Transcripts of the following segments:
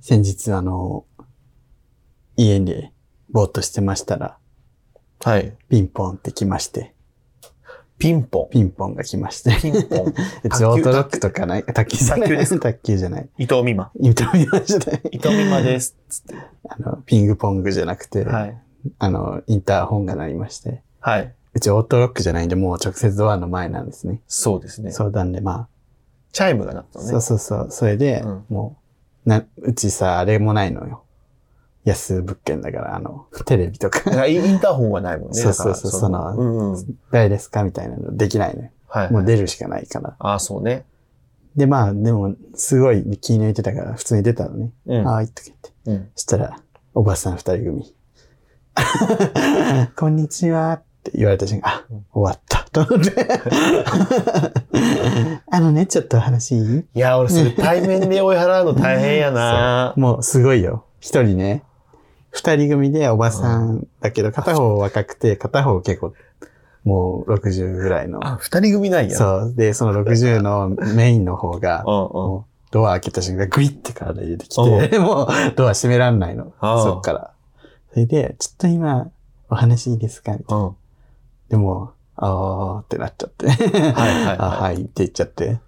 先日あの、家でぼーっとしてましたら、はい。ピンポンって来まして、ピンポピンポンが来ましてン。。ピン ポン。 別にオートロックとかない。卓球じゃない。卓球です卓球じゃない。伊藤美誠。認めましたね。伊藤美誠です。あの、ピングポングじゃなくて、はい。あの、インターホンが鳴りまして。はい。うちオートロックじゃないんで、もう直接ドアの前なんですね。そうですね。そうなんで、まチャイムが鳴っあ、たのね。そうそうそう。それで、うんもう、な、うちさ、あれもないのよ。安物件だから、あの、テレビ とだか、からイインターホンはないもんね。そうそうそうだからそのうんうん。誰ですかみたいなのできないのよ。はい。もう出るしかないから。ああ、そうね。で、まあ、でも、すごい気抜いてたから、普通に出たのね。うん。はーい、とか言って。うん。そしたら、おばさん二人 組。こんにちはって言われた瞬間、あうん、終わった。と思って。あのね、ちょっとお話いい。いや、俺それ対面で追い払うの大変やなもうすごいよ。一人ね、二人組でおばさんだけど、片方若くて、片方結構、もう60ぐらいの。 あ、二人組なんや。う。そう。で、その60のメインの方 が、うんうん。もうドア開けた瞬間、グイって体入れてきて、 もうドア閉めらんないの。ああそっから。それで、ちょっと今、お話いいですかみたいなうん。でも、あーってなっちゃって。はいはいはい あはいって言っちゃって。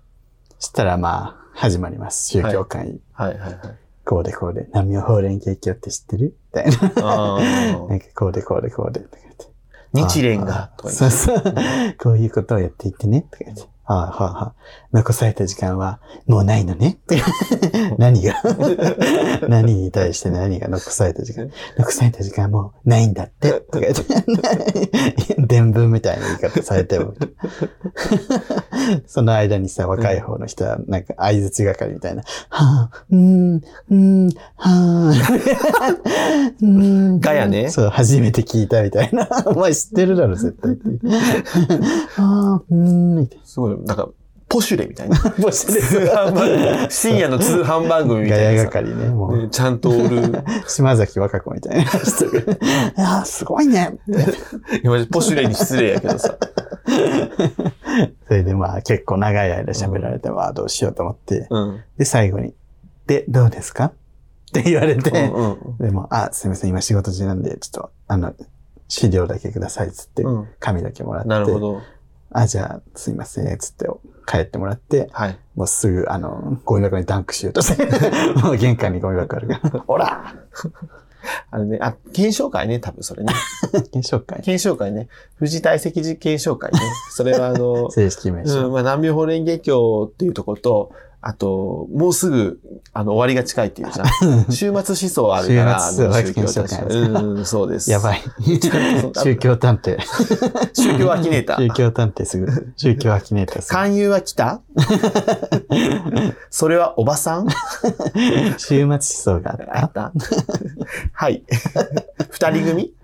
そしたらまあ、始まります。宗教会、はいはいはい。こうでこうで、南無法蓮華経って知ってるみたいな。あ ーなんかこうでこうでこうで。とか言って日蓮が、あとかそ言うってそう。こういうことをやっていってね。とか言って。はあ、はあ、はあ。残された時間はもうないのね。 とか何が 何に対して何が残された時間残された時間はもうないんだって。とか言って。 伝聞みたいな言い方されても。 その間にさ、若い方の人は、なんか、相槌係みたいな。はあ、うーん、うーん、はあ、うーん。ガヤねそう、初めて聞いたみたいな。 お前知ってるだろ、絶対って。ああ、うーん、みたいすごい、なんか、ポシュレみたいな。な。もう知って通る販番 深夜の通販番組みガたいなヤさ。係ね、もう。ねちゃんとおる。島崎和歌子みたいな人が。 ああ、すごいね。いやマジポシュレに失礼やけどさ。それでまあ、結構長い間喋られて、まあ、どうしようと思って。 うん。で、最後に、で、どうですかって言われて、うんうんでも、あ、すみません、今仕事中なんで、ちょっと、あの、資料だけください、つって、うん。紙だけもらって、なるほど。あ、じゃあ、すいません、つって、帰ってもらって、はい。もうすぐ、あの、ゴミ箱にダンクしようとして、 もう玄関にゴミ箱あるから、ほら あれね、あ、検証会ね、多分 それね。検証会、検証会ね。富士体積実検証会ね。それはあ の、正式名う称。ん、まあ、南美法蓮華経っていうとこと、あと、もうすぐ、あの、終わりが近いっていうじゃ ん。週末思想あるから、終末思想あの検証会たちうん、そうです。やば い。い。宗教探偵。宗教アキネータ宗ー。教探偵すぐ。宗教アキネーターすぐ。勧誘は 来たそれはおばさん終末思想があった。あった。はい。 二人 組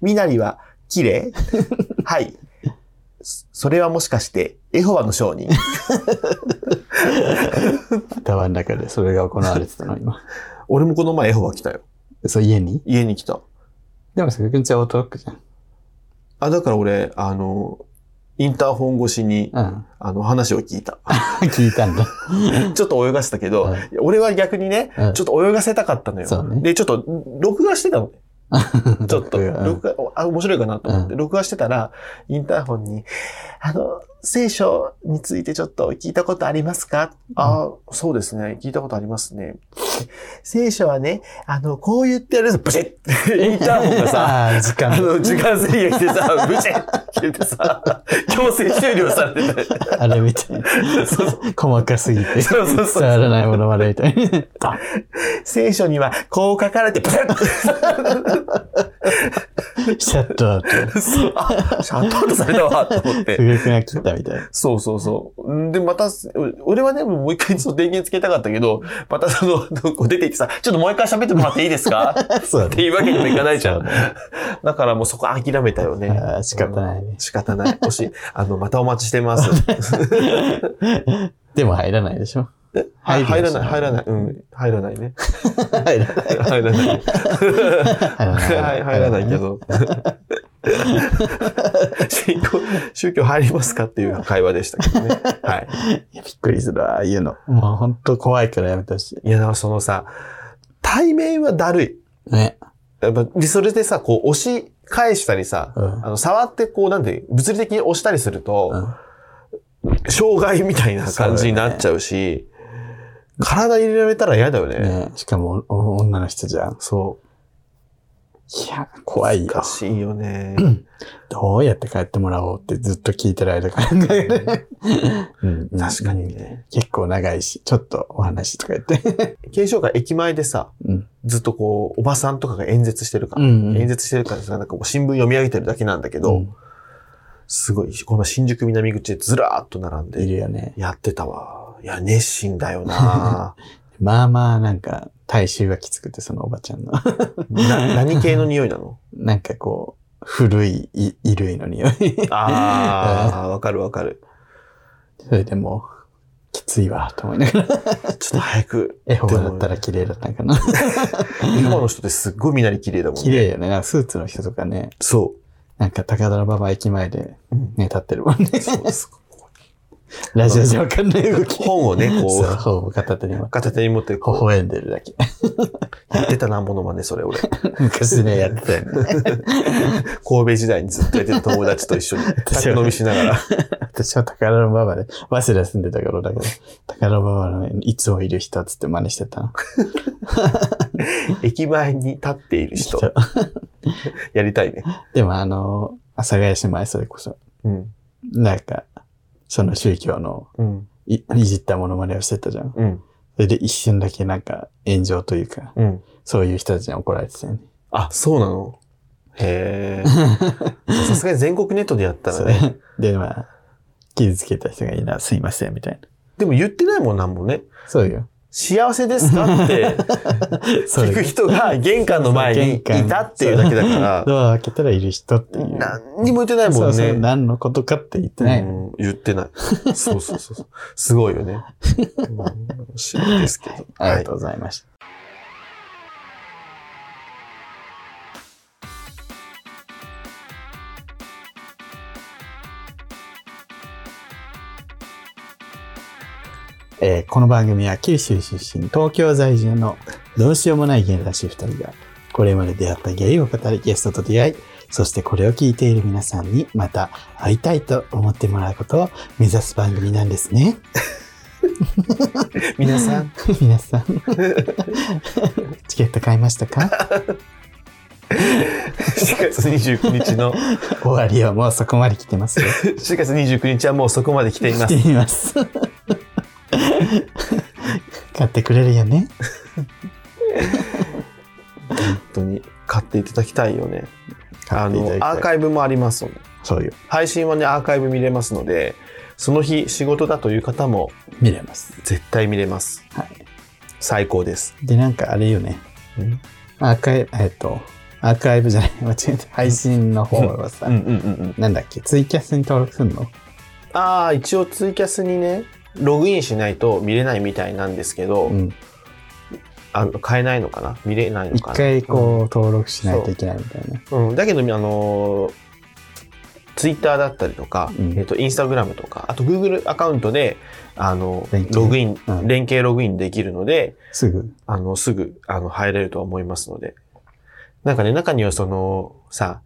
みなりは綺麗はい。そそれはもしかして、エホバの商人。頭の中でそれが行われてたの、今。俺もこの前エホバ来たよ。そう、家に家に来た。でも、それくんちはオートロックじゃん。あ、だから俺、あの、インターホン越しに、うん。 あの、話を聞い た。聞いたんだ。ちょっと泳がせたけど、うんいや俺は逆にね、うんちょっと泳がせたかったのよ。そうねで、ちょっと、録画してたのね。ちょっと、うん録画、あ、面白いかなと思って、う録画してたら、インターホンに、あの、聖書についてちょっと聞いたことありますか、あそうですね。聞いたことありますね。聖書はね、あの、こう言ってやるんですブチッ インターホンがさ、あー時あ間。の、時間制限来てさ、 ブチッって言って さ、強制終了されてて。あれみたいな。そうそう細かすぎて。そうそうそう伝わらないものまでみたいな。聖書にはこう書かれて、ブチッ シャットアウト。そうあ、シャットアウトされたわ、と思っすて。ぐくが切ったみたいな。そうそうそう。んで、また、お俺はね、もう一回その電源つけたかったけど、またその、 どこう出て行ってさ、ちょっともう一回喋ってもらっていいですかっ そうだてね。いうわけにもいかないじゃそん。だからもうそこ諦めたよね。あー仕方ないねうん仕方ない。おし、あの、またお待ちし てます。でも入らないでしょ。は入るいでしょ入らない、入らない。うん、入らな いね。入らない。入らない。入らない。 はい入らないけど。信仰、宗教入りますかっていう会話でしたけどね。はい。いやびっくりするわ、ああいうの。もう本当怖いからやめてほしいや、だからそのさ、対面はだるい。い。ね。やっぱ、でそれでさ、こう、押し返したりさ、うんあの、触ってこう、なんで、物理的に押したりするうと、ん。障害みたいな感じになっちゃうし、体入れられたら嫌だよね。ねしかもおお女の人じゃん。そう。いや、怖いよ難。しいよね。 どうやって帰ってもらおうってずっと聞いてる間考える。うん、確かにね。結構長いし、ちょっとお話とか言って。軽障害駅前でさ、うん。ずっとこう、おばさんとかが演説してるから、ん演説してるからさ、なんかこう新聞読み上げてるだけなんだけど、うんすごい、この新宿南口でずらーっと並んいで、るよね。やってたわ。いや、熱心だよな まあまあ、なんか、体臭がきつくて、そのおばちゃんの。 な何系の匂いなのなんかこう、古いい衣類の匂い。 ああ、わかるわかる。それでもう、きついわ、と思いなが ら。ちょっと早く。絵本だったら綺麗だったんかな。今の人ってすっごい身なり綺麗だもん綺ね。麗よね。なんかスーツの人とかね、そなんか高田馬場駅前でう。うんね、立ってるもんね。そうです。 ラジオじゃわかんない動き。 本をね、こそう、う、ほぼ片手に持って片手に持って、微こ笑んでるだけ。 う、やってたな、ものまね、それ、 俺。昔ね、やってたよね。 神戸時代にずっとやってた友達と一 緒に、私宅は飲みしながら。私は宝の馬場で、早稲田住んでた頃だけど、宝の馬場のいつもいる人っつって真似してたの。駅前に立ってい る人、やりたいね。でもあの、阿佐ヶ谷姉妹それこそ、うん。なんか、その宗教のうん。いいじったものまねをしてたじゃん。うん。それで一瞬だけなんか炎上というか、うん。そういう人たちに怒られてたよね。あ、そうなのへえ。 さすがに全国ネットでやったらね。それで、まあ、傷つけた人がいいな、すいません、みたいな。でも言ってないもんなんもね。そうよ。幸せですかってそう 聞く人が玄関の前にいたっていうだけだかドアを開けたらいる人っていら、う。何にも言ってないそもうんそう、ね。何のことかって言ってない。うん言ってない。そうそうそうそう。すごいよね。うん知らないですけど。ありはがいとう。ございました。えーこの番組は九州出身、東京在住のどうしようもない芸男子2人が、これまで出会った芸を語りゲストと出会い、そしてこれを聞いている皆さんにまた会いたいと思ってもらうことを目指す番組なんですね。皆さん、 皆さ んチケット買いました か4月29日の、終わりはもうそこまで来てますよ4月29日はもうそこまで来ていま来す。ています 買ってくれるよね本当に買っていただきたいよね。あ買っていのただき、たいアーカイブもありますので。そうよ配信はね、アーカイブ見れますので、その日仕事だという方も見れます絶対見れます。は最高です。いでなんかあれよねうんアーカイブえっとアーカイブじゃない 間違えた配信の方はさ、うんうんうん。なんだっけツイキャスに登録すんのああ、一応ツイキャスにね、ログインしないと見れないみたいなんですけど、うんあの買えないのかな見れないの一かな回こう登録しないといけないみたいなうん。うんだけど、あのツイッター Twitter だったりとか、うんえっと、インスタグラムとか、あと Google アカウントで、あの連、携ログイン、うん連携ログインできるので、すぐあの、すぐ、あの、入れると思いますので。なんかね、中にはその、さ、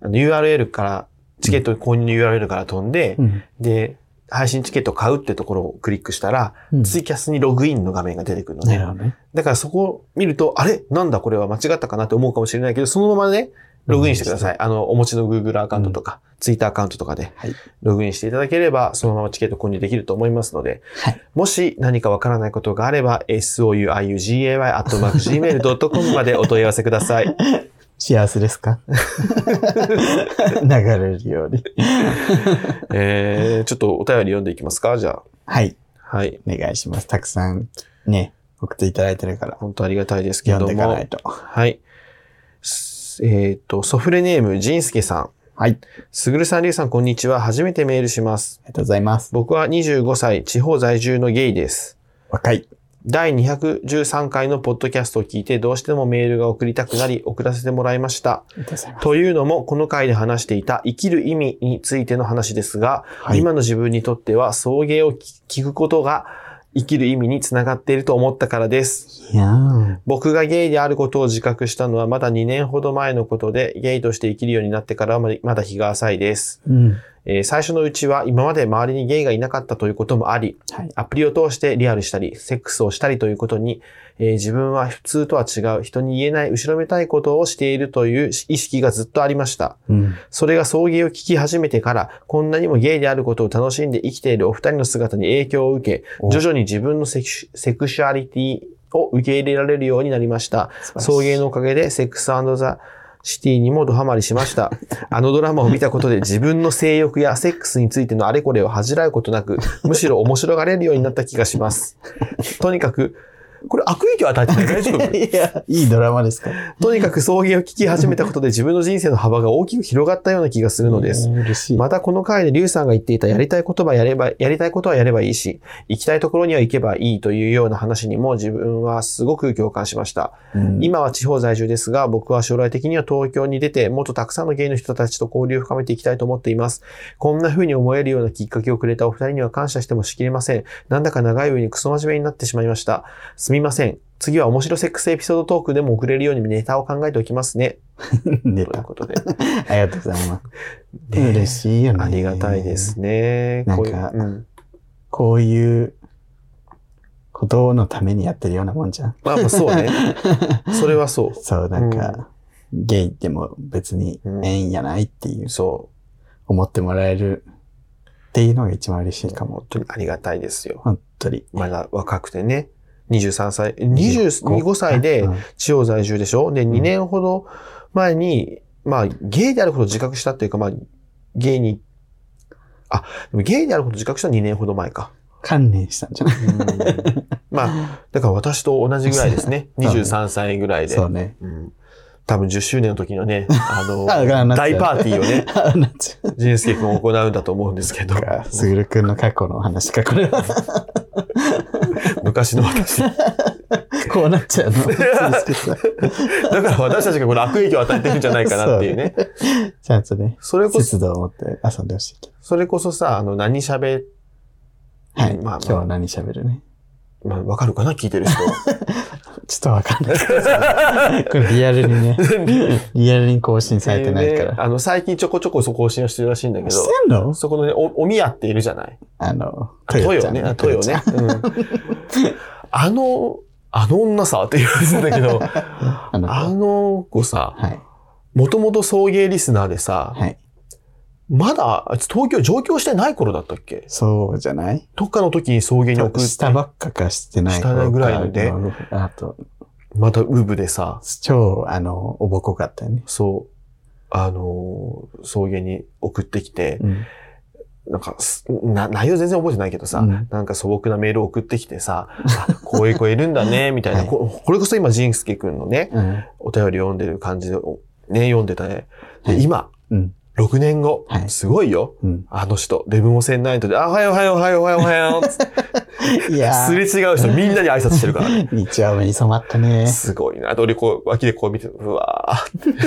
あの URL から、チケット購入の URL から飛んで、うんで、配信チケット買うってところをクリックしたら、うんツイキャスにログインの画面が出てくるのなねる。ほどねだからそこを見ると、あれなんだこれは間違ったかなって思うかもしれないけど、そのままね、ログインしてください。あの、お持ちの Google アカウントとか、Twitter アカウントとかではい、ログインしていただければ、そのままチケット購入できると思いますので、はいもし何かわからないことがあれば、souiugay.gmail.com までお問い合わせください。 幸せですか 流れるようにえー、ちょっとお便り読んでいきますかじゃはいあ。はい。お願いします。たくさんね、送っていただいてるから、本当ありがたいですけ読どんでいかなもい。と。はい。すえっ、と、ソフレネーム、ジンスケさん。はい、ありすぐるさん、りゅうさん、こんにちは。初めてメールします。がとうございます。僕は25歳、地方在住のゲイです。若い。第213回のポッドキャストを聞いてどうしてもメールが送りたくなり送らせてもらいました。りがとうございます。というのも、この回で話していた生きる意味についての話ですが、はい今の自分にとっては送迎を聞くことが生きる意味につながっていると思ったからです。いやー僕がゲイであることを自覚したのはまだ2年ほど前のことで、ゲイとして生きるようになってからはまだまだ日が浅いです。うん。えー最初のうちは今まで周りにゲイがいなかったということもあり、はい。アプリを通してリアルしたり、セックスをしたりということに、えー自分は普通とは違う、人に言えない、後ろめたいことをしているという意識がずっとありました。うん。それが送迎を聞き始めてから、こんなにもゲイであることを楽しんで生きているお二人の姿に影響を受け、お徐々に自分のセクシセクシュアリティを受け入れられるようになりました。送迎のおかげで、セックスザ・シティにもドハマりし ました。あのドラマを見たことで自分の性欲やセックスについてのあれこれを恥じらうことなく、むしろ面白がれるようになった気がします。とにかく、これ悪影響与えてない大丈 夫いや、いいドラマですかとにかく送迎を聞き始めたことで自分の人生の幅が大きく広がったような気がするのです。えー嬉しい。またこの回でリュウさんが言っていたやりたいことはやれば、やりたいことはやればいいし、行きたいところには行けばいいというような話にも自分はすごく共感しました。うん今は地方在住ですが、僕は将来的には東京に出て、もっとたくさんのゲイの人たちと交流を深めていきたいと思っています。こんな風に思えるようなきっかけをくれたお二人には感謝してもしきれません。なんだか長い上にクソ真面目になってしまいました。すみません。次は面白セックスエピソードトークでも送れるようにネタを考えておきますね。出というた。ことで。 ありがとうございます。嬉しいよね。ありがたいで。すね。なんかこういううんこういうことのためにやってるようなもんじゃん。まあまあそう ね。それはそそう、なんか、ゲイでも別にええんやないっていうう。、そ思ってもらえるっていうのが一番嬉しう。いかも。本当にありがたいですよ。本当に。まだ若くてね。23歳、25歳でうん地方在住でしょで、2年ほど前に、まあ、ゲイであることを自覚したっていうか、まあ、ゲイに、あ、でもゲイであることを自覚したのは2年ほど前か。観念したんじゃないまあ、だから私と同じぐらいで すね。23歳ぐらいで。そうね。うん多分10周年の時のね、あの、あがなっちゃう大パーティーをね、 あ、なっちゃ仁介君を行うんだと思うんですけどう、か。すぐるくんの過去の話か、これ は。昔の私。だこうなっち ゃうの。すぐすぐから私たちがこれ悪影響を与えてるんじゃないかなっていうね。ちゃんと ね、それこそ、節度を持って遊んでほしいけど。それこそさ、あの、何喋、はい。まあまあ今日は何喋るね。まあ、わかるかな聞いてる人。ちょっとわかんない。 これリアルにね、 リアルに更新されてないか でねら。あの、最近ちょこちょこそこを信用してるらしいんだけしど、てんのそこのね、お、おみやっているじゃないあの、トヨちヨゃんね。あトヨちゃんね。うん あの、あの女さって言われてんだ けど、あの、あの子さ、はい。もともと送迎リスナーでさ、はい。まだ、あいつ東京上京してない頃だったっけそうじゃないどっかの時に送迎に送って、下ばっかかしてない頃から下ぐらいで。あと、またウブでさ、超、あの、おぼこかったよね。そう、あのー送迎に送ってきて、うん。なんかすな、内容全然覚えてないけどさ、うんなんか素朴なメール送ってき てさ、あこういう子いるんだね、みたいな、はいこ。これこそ今、仁介くんのね、うん。お便り読んでる感じで、おね、読んでたね。はでい今、うん6年後、はいすごいよ。うん。あの人、デブモセンナイトで、あ、おはよう、おはよう、おはよう、おはよう、おは よう、つっていやすれー、違 う人みんなに挨拶してるからね。日曜目に染まったね。すごいな。で、俺こう、脇でこう見て、うわ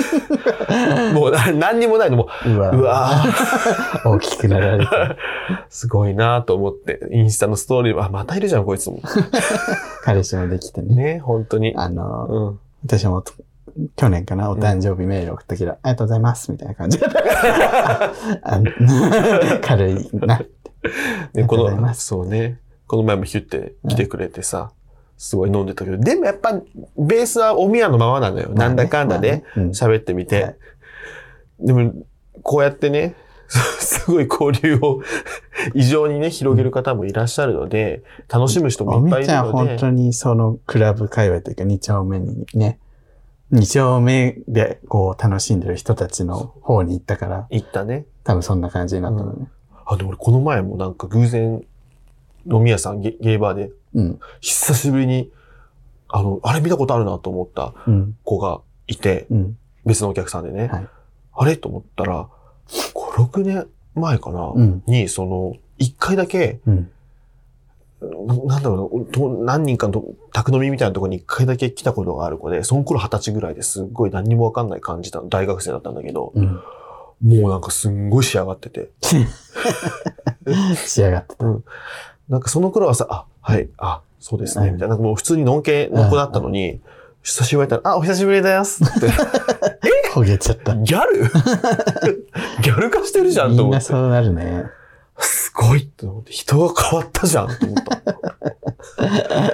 ーもうな、何にもないの、もうわう、うわー大きくなられ た。ーすごいなと思って、インスタのストーリーは、あまたいるじゃん、こいつも。彼氏もできてね。ね、本当に。あの、うん。私もと、去年かな、お誕生日メール送ったけど、ありがとうございます、みたいな感じだった。 あの 軽いな。あで、こりがとうございの、ますそうね。この前もヒュって来てくれてさ、すごい飲んでたけど、でもやっぱ、ベースはおみやのままなのよ。なんだかんだで、まあね。うん喋ってみて。はいでも、こうやってね、 すごい交流を 異常にね、広げる方もいらっしゃるので、楽しむ人おもいっぱいみいちるゃんの本で。当にそのクラブ界隈というか2丁目にね、2丁目でこう楽しんでる人たちの方に行ったから、行ったね。多分そんな感じになったのね。あ、でも俺この前もなんか偶然、飲み屋さん、ゲゲイバーで、うん。久しぶりに、あの、あれ見たことあるなと思ったうん。子がいて、うん。別のお客さんでね。はいあれと思ったら、5、6年前かな、うんに、その、1回だけ、うん。なんだろうなと、何人かのと宅飲みみたいなところに一回だけ来たことがある子で、その頃二十歳ぐらいですっごい何にもわかんない感じだ、大学生だったんだけど、うん。もうなんかすんごい仕上がってて、仕上がってた。なんかその頃はさ、あ、はい、あ、そうですね、うんみたいな、なんかもう普通にのんけの子だったのに、久しぶりだったら、あ、お久しぶりですって、 焦げちゃった。ギャル ギャル化してるじゃんみとん思なってそ。うなるね。すごいって思って、人が変わったじゃんと思 っ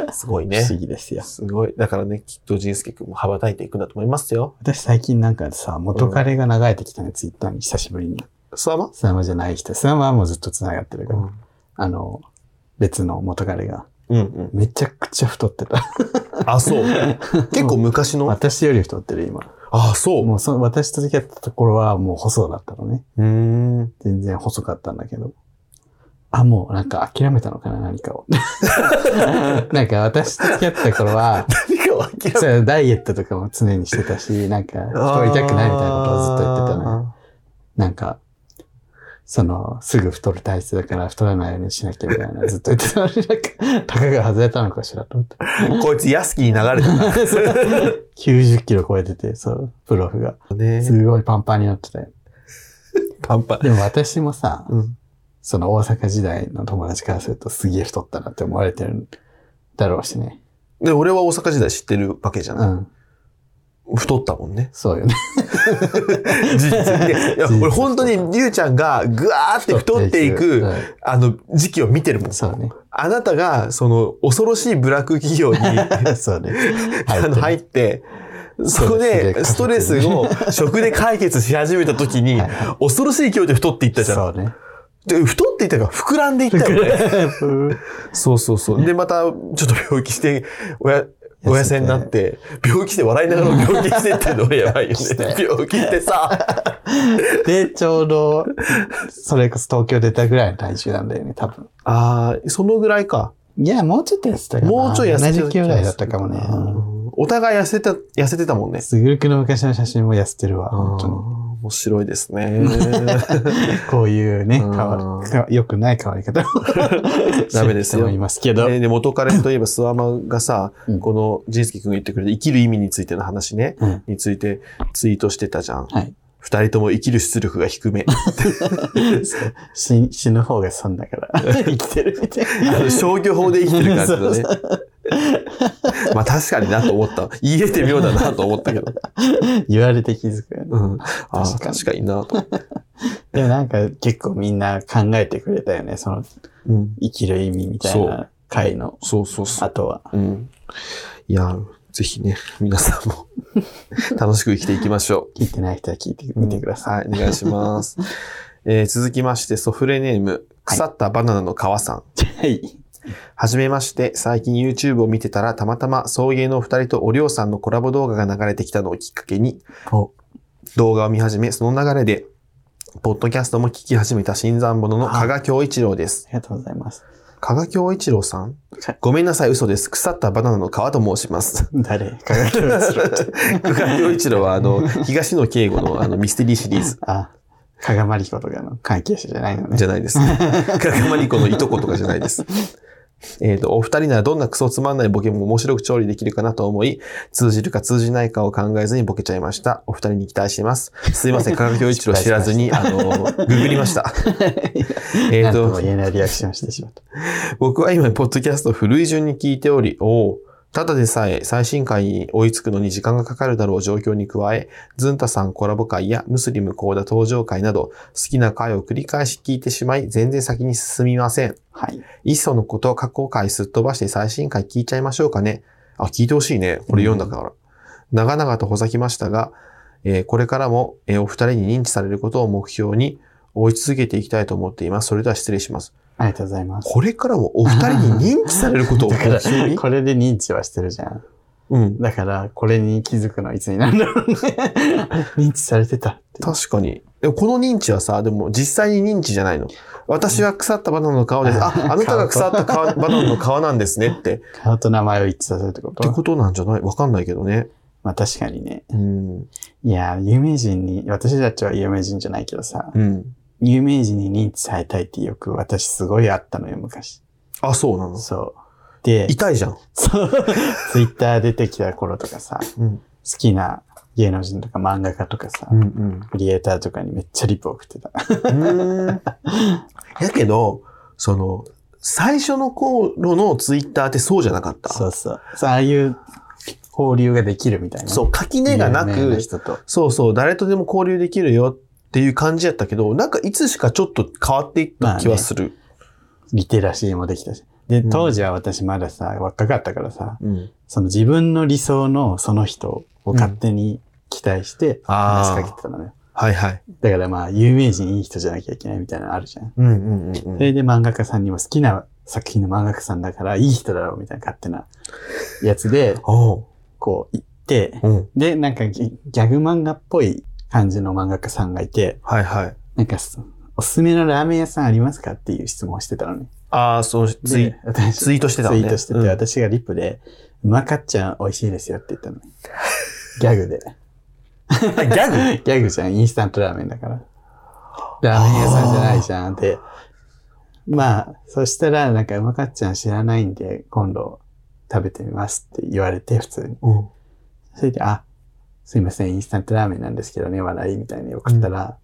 た。すごいね不。思議ですよ。すごい。だからね、きっと仁介くんも羽ばたいていくんだと思いますよ。私最近なんかさ、元彼が流れてきたね、ツイッターに久しぶりに。スワマスナマじゃない人。スナマはもうずっと繋がってるから。ん。あの、別の元彼が。うんうん。めちゃくちゃ太ってた。あ、そう。結構昔の。私より太ってる今。あ、そう。もうその私と付き合ったところはもう細だったのね。うーん。全然細かったんだけど。あ、もうなんか諦めたのかな、何かを。 なんか私と付き合った頃は、何かを諦めそうダイエットとかも常にしてたし、なんか太りたくないみたいなことをずっと言ってたのよ。ね。なんか、その、すぐ太る体質だから太らないようにしなきゃみたいな、ずっと言ってたのに、なんか、たかが外れたのかしらと思って。こいつ、安きに流れたな。 90キロ超えてて、そう、プロフが。ね すごいパンパンになってたよ。パンパン。 でも私もさ、うん。その大阪時代の友達からするとすげえ太ったなって思われてるだろうしね。で、俺は大阪時代知ってるわけじゃうない。ん。太ったも んね。そうよね。事実。いやいや、俺本当に、りゅうちゃんがぐわーって太っていく、あの、時期を見てるもんうん。そうね。あなたが、その、恐ろしいブラック企業に、 そうね。あの、入って、そこで、ストレスを食で解決し始めた時にはいは、恐ろしい勢いで太っていったじゃん。そうね。で太っていったから膨らんでいったよね。そうそうそう。で、また、ちょっと病気して、おや、お痩せになって、病気して笑いながら病気してっていうのはやばいよね。病気してさ、で、ちょうど、それこそ東京出たぐらいの体重なんだよね、多分。ああ、そのぐらいか。いや、もうちょっと痩せたかな。もうちょい痩せて70キロぐらいだったかもね。うんうんお互い痩せた、痩せてたもんね。すぐるくの昔の写真も痩せてるわ、本当に。あー面白いですね。こういうね、変うんわるか、良くない変わり方を ダメですしてる人よもいます けど。ねで、元彼といえば、諏訪間がさ、うんこの、仁介君が言ってくれた生きる意味についての話ね、うんについてツイートしてたじゃん。はい。二人とも生きる出力が低め。 死死ぬ方が損だ から、生きてるみたいあな。の消去法で生きてる感じだねそ。まあ確かになと思った。言えて妙だなと思った けど。言われて気づくよね。うん。あー確かに確かになと思った。でもなんか結構みんな考えてくれたよね、そのうん。生きる意味みたいそうな回の、そうそうそあとは。う。うん。いや、ぜひね、皆さ んも楽しく生きていきましょう。聞いてない人は聞いてみてください。はい、お願いし ます。えー続きまして、ソフレネーム、はい腐ったバナナの皮さん。はい。はじめまして、最近 YouTube を見てたら、たまたま送迎のお二人とおりょうさんのコラボ動画が流れてきたのをきっかけに、動画を見始め、その流れで、ポッドキャストも聞き始めた新参者の加賀京一郎です。ありがとうございます。加賀京一郎さんはいごめんなさい、嘘です。腐ったバナナの皮と申します。誰かが共有するって。加賀京一郎は、あの、東野敬吾のあのミステリーシリーズ。あ、加賀まりことかの関係者じゃないのね。じゃな いです。かがまりこのいとことかじゃないです。えっと、お二人ならどんなクソつまんないボケも面白く調理できるかなと思い、通じるか通じないかを考えずにボケちゃいました。お二人に期待しています。すいません、科学教一郎知らず に、あの、ググりました。えなっんともと、言えないリアクションをしてしまった。僕は今、ポッドキャストを古い順に聞いており、おうただでさえ最新回に追いつくのに時間がかかるだろう状況に加え、ズンタさんコラボ会やムスリムコーダ登場会など、好きな回を繰り返し聞いてしまい、全然先に進みません。はい。いっそのこと過去回すっ飛ばして最新回聞いちゃいましょうかね。あ、聞いてほしいね。これ読んだから。長々とほざきましたが、えーこれからも、えーお二人に認知されることを目標に追い続けていきたいと思っています。それでは失礼します。ありがとうございます。これからもお二人に認知される ことをだ目 から、標に。これで認知はしてるじゃん。うん。だから、これに気づくのはいつになるんだろうね。認知されてたって。確かに。でもこの認知はさ、でも実際に認知じゃないの。私は腐ったバナナの皮です。あ、あなたが腐った皮バナナの皮なんですねって。っ顔と名前を一致させるってことてことなんじゃないわかんないけどね。まあ確かにね。うん。いやー、有名人に、私たちは有名人じゃないけどさ、うん。有名人に認知されたいっていう欲、私すごいあったのよ、昔。あ、そうなのそう。で、痛いじゃん。そう、ツイッター出てきた頃とかさ、うん。好きな芸能人とか漫画家とかさ、うんうん。クリエイターとかにめっちゃリプ送ってた。やけど、その、最初の頃のツイッターってそうじゃなかった。そうそう。そうああいう交流ができるみたいな。そう、垣根がな有名く、人と。そうそう、誰とでも交流できるよっていう感じやったけど、なんかいつしかちょっと変わっていった気はする。リテラシーもできたし。で、うん当時は私まださ、若かったからさ、うん。その自分の理想のその人を勝手に期待してあー話しかけてたのね。はいはい。だからまあ、有名人いい人じゃなきゃいけないみたいなのあるじゃん。うんうんうんうんそれで漫画家さんにも好きな作品の漫画家さんだからいい人だろうみたいな勝手なやつで、おうこう行って、うん。で、なんかギギャグ漫画っぽい感じの漫画家さんがいて、はいはい。なんかすおすすめのラーメン屋さんありますかっていう質問をしてたのね。ああ、そのツイで、私ツイートしてたのね。ツイートしてて、うん私がリップで、うまかっちゃん美味しいですよって言ったのね。ギャグ で。あギャグギャグじゃん、インスタントラーメンだから。ラーメン屋さんじゃないじゃんって。まあ、そしたら、なんか、うまかっちゃん知らないんで、今度食べてみますって言われて、普通に。うん。 それで、あ、すいません、インスタントラーメンなんですけどね、笑いみたいに送ったら、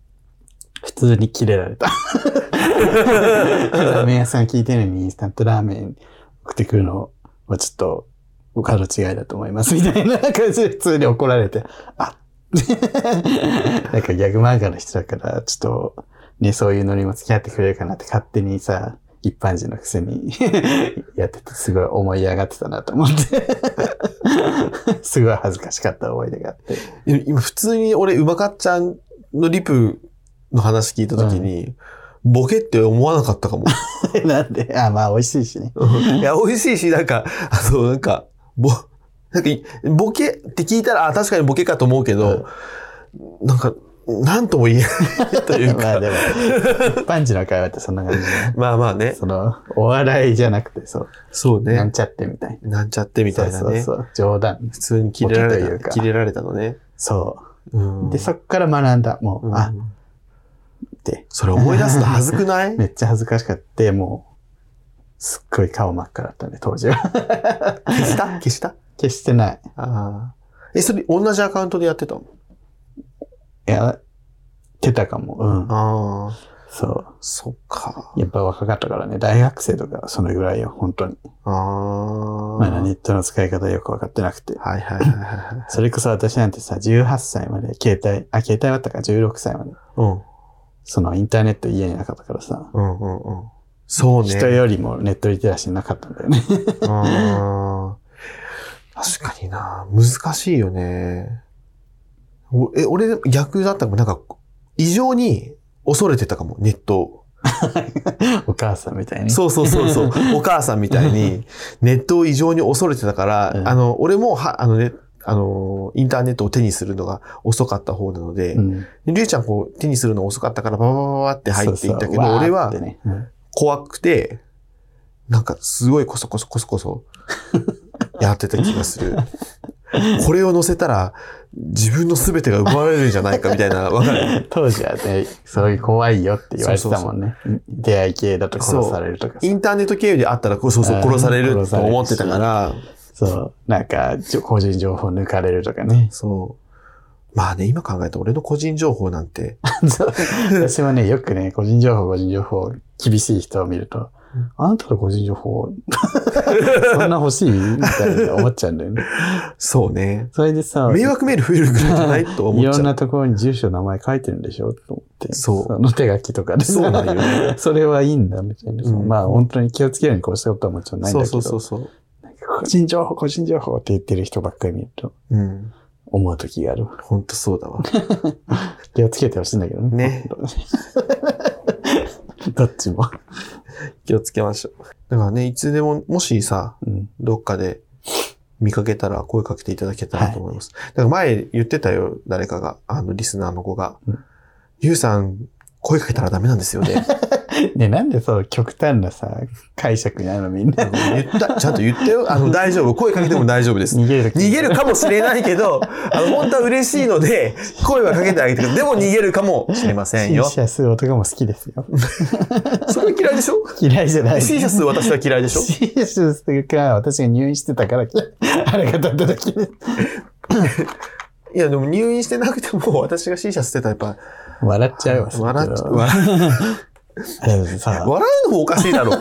普通にキレられた。ラーメン屋さん聞いてるのにインスタントラーメン送ってくるのはちょっと、お門違いだと思います、みたいな感じで普通に怒られて、あなんかギャグ漫画の人だから、ちょっと、ね、そういうのにも付き合ってくれるかなって勝手にさ、一般人のくせに やっててすごい思い上がってたなと思って。すごい恥ずかしかった思い出があって。今普通に俺、うまかっちゃんのリプの話聞いたときに、ボケって思わなかっ たかも。なんで、あ、まあ美味しいしね。いや、美味しいし、なんか、あの、なんか、ぼ、なんかい、ボケって聞いたら、あ、確かにボケかと思うけど、なんか、なんとも 言えないというまあか、でも、一般人の会話ってそんな感じだね。まあまあね、その、お笑いじゃなくて、そう、そうなんね、ちゃってみたいなんちゃってみたいなね、そうそうそう、冗談。普通に切れらボケといれうた、か切れられたのね。そうう。ん、で、そっから学んだ、もう、うんあ、って、それ思い出すと恥ずくな いめっちゃ恥ずかしかった。もう、すっごい顔真っ赤だったね、当時は。 消した消した決してない。ああ。え、それ同じアカウントでやってたのやってたかも。うん。ああ、そう。そっか。やっぱ若かったからね、大学生とかそのぐらいよ、本当に。ああ。まだネットの使い方よくわかってなくて。はいはいはいはいはい。それこそ私なんてさ、18歳まで携帯、あ、携帯はあったから16歳まで。うん。そのインターネット家になかったからさ、うんうんうん。そうね。人よりもネットリテラシーなかったんだよね。あー確かにな難しいよね。おえ、俺、逆だったもん。なんか、異常に恐れてたかも、ネットを。お母さんみたいに。そうそうそうそう。お母さんみたいに、ネットを異常に恐れてたから、うんあの、俺も、は、あのね、あの、インターネットを手にするのが遅かった方なので、うん。りゅうちゃんこう、手にするの遅かったから、バババババって入っていったけそど、うそう俺わーはって、ねうん怖くて、なんかすごいこそこそこそこそやってた気がする。これを載せたら自分の全てが奪われるんじゃないかみたいな、わかる当時はね、そういう怖いよって言われてたもんね。出会い系だと殺されるとかさインターネット経由であったらこうそうそうあー殺される殺とされる思ってたから、。そう。なんか、じょ個人情報抜かれるとかねそう。まあね、今考えたら俺の個人情報なんて、 そう私もね、よくね、個人情報、個人情報、厳しい人を見るとうん、あんたの個人情報、 そんな欲しいみたいな思っちゃうんだよね。そうね。それでさ、迷惑メール増えるぐらいじゃないと思い っろちんゃなう。ところに住所、名前書いてるんでしょと思って。そうの手書きとかでさそうなん よね。それはいいんだ、みたいな。うんまあ、本当に気をつけるようにこうしたことはもちろんないんそだうけど。そうそうそう。なんか個人情報、個人情報って言ってる人ばっかり見ると、うん。思う時があるわ。ほんとそうだ わ。 気をつけてほしいんだけどね。ね本当どっちも。気をつけましょう。だからね、いつでも、もしさ、うん。どっかで見かけたら声かけていただけたらと思います。だから前言ってたよ、誰かが、あの、リスナーの子がうん。ゆうさん、声かけたらダメなんですよね。 ね、なんでそう極端なさ、解釈なのみんな。言った、ちゃんと言ったよ。あの、大丈夫。声かけても大丈夫です。逃げる。逃げるかもしれないけど、あの、本当は嬉しいので、声はかけてあげてください。でも逃げるかもしれませ支ん持よ。者数男も好きですよ。それ嫌いでしょ嫌いじゃ ない。支持者数私は嫌いでしょ支持者数というか、私が入院してたから、 腹が立っただけで。いや、でも入院してなくても、私が C 社捨てたらやっぱ、笑っちゃうわ。笑っち ゃう。う。笑でもさ、うのもおかしいだろ。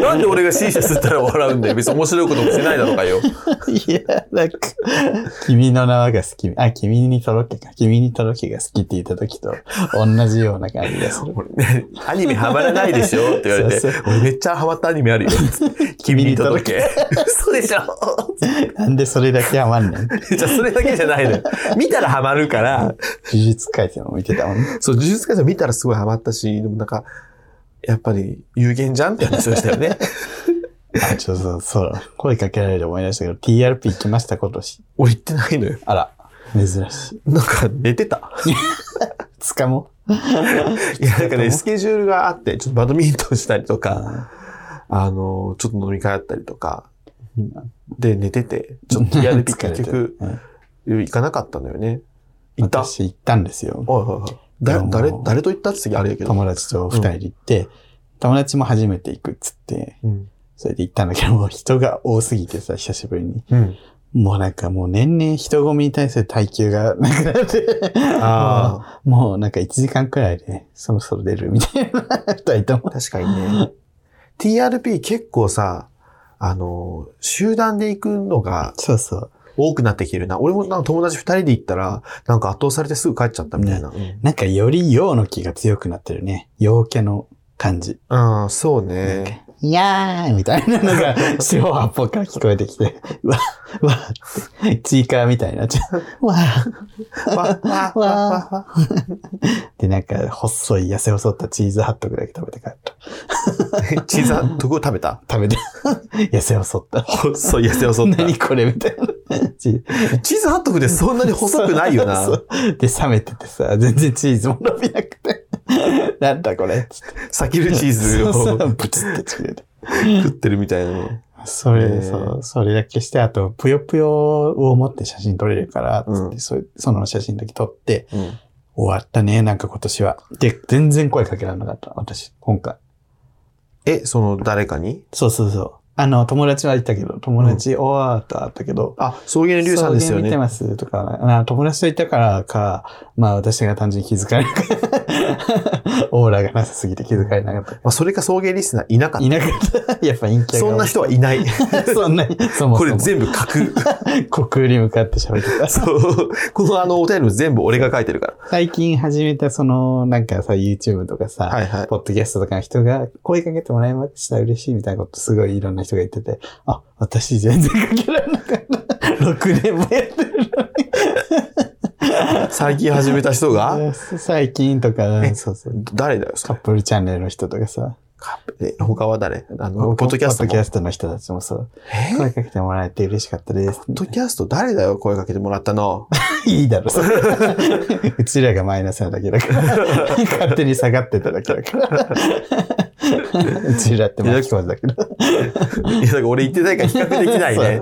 なんで俺が C 社捨てたら笑うんだよ。別に面白いこともしてないだろう かよ。いや、なんか、君の名はが好き。あ、君にとろけか。君にとろけが好きって言った時と同じような感じでする。俺ねアニメハマらないでしょって言われてそうそ、俺めっちゃハマったアニメあるよ。君に届け。 嘘でしょ なんでそれだけはまんねん。じゃあそれだけじゃないのよ。見たらハマるから、呪術改正も見てたもんね。そう、呪術改正見たらすごいハマったし、でもなんか、やっぱり有限じゃんって話をしたよ ね。あ、ちょっとそう、そう、声かけられて思い出したけど、TRP 行きました、今年。俺言ってないのよ。あら、珍しい。なんか寝てた。つかも いや、なんかね、スケジュールがあって、ちょっとバドミントンしたりとか、か。あの、ちょっと飲み会あったりとか、で、寝てて、ちょっと TRP 疲れ結て局る、うん行かなかったのよね。行った。はい私行ったんですよ。はいはい。だいやもう誰、誰と行ったって次あれやけど。友達と二人で行って、友達も初めて行くっつって、うん。それで行ったんだけど、もう人が多すぎてさ、久しぶりに。うん。もうなんかもう年々人混みに対する耐久がなくなって、ああ、もうもうなんか1時間くらいでそろそろ出るみたいな人いたもん。確かに ね。TRP 結構さ、あの、集団で行くのがそうそう。多くなってきてるな。俺もなんか友達二人で行ったら、なんか圧倒されてすぐ帰っちゃったみたいな。なんかより陽の気が強くなってるね。陽気の感じ。うん、うんそうね。いやーみたいなのが、四方八方から聞こえてき て、うわ、うわって、チーカーみたいになっちゃう。うわーわ、わ、わ、わ、わ。で、なんか、細い、痩せ細ったチーズハットグだけ食べて帰った。 チーズハットグを食べた食べて、 痩せ細った。細い痩せ細った。何これみたいな。チーチーズハットグでそんなに細くないよな。そうで、冷めててさ、全然チーズも伸びなくて。 なんだこれつって裂けるチーズをそうそ食うブツってちぎれて。ってるみたいな。それでへさー、それだけして、あと、ぷよぷよを持って写真撮れるから、つって、うんそれその写真だけ撮って、うん終わったね、なんか今年は。で、全然声かけられなかった、私、今回。え、その誰かにそうそうそう。あの、友達はいたけど、友達、おーっとあったけど、あ、草原龍さんです草よ原見てね。ますとか、な友達といたからか、まあ私が単純に気づかれなかった。 オーラがなさすぎて気づかれなかっまあ、それか草原リスナーいなかた。っいなかった。 やっぱ陰キた。ャが多い。そんな人はいない。 そんなに、そもこそれも。全部架空。 虚空に向かって喋ってた。そう。このあのお便りも全部俺が書いてるか最近始めたその、なんかさ、YouTube とかさ、ら。はいはい。ポッドキャストとかの人が声かけてもらいました、嬉しいみたいなことすごいいろんな人が言ってて、あ、私全然かけられなかった。6年も やってる最近始めた人がの 最近とか、うんえそうそう。誰だよ、そカれップルチャンネルの人とかさ、え他は誰あの、ポッドキャストポッドキもャ。ストの人たちもそう、え声かけてもらえて嬉しかった です。ポッドキャスト誰だよ、声かけてもらった の。いいだろ、それ うちらがマイナスなだけだ から。勝手に下がってただけだから。うちらって巻き込んだけど。いや、だから俺言ってないから比較できないね。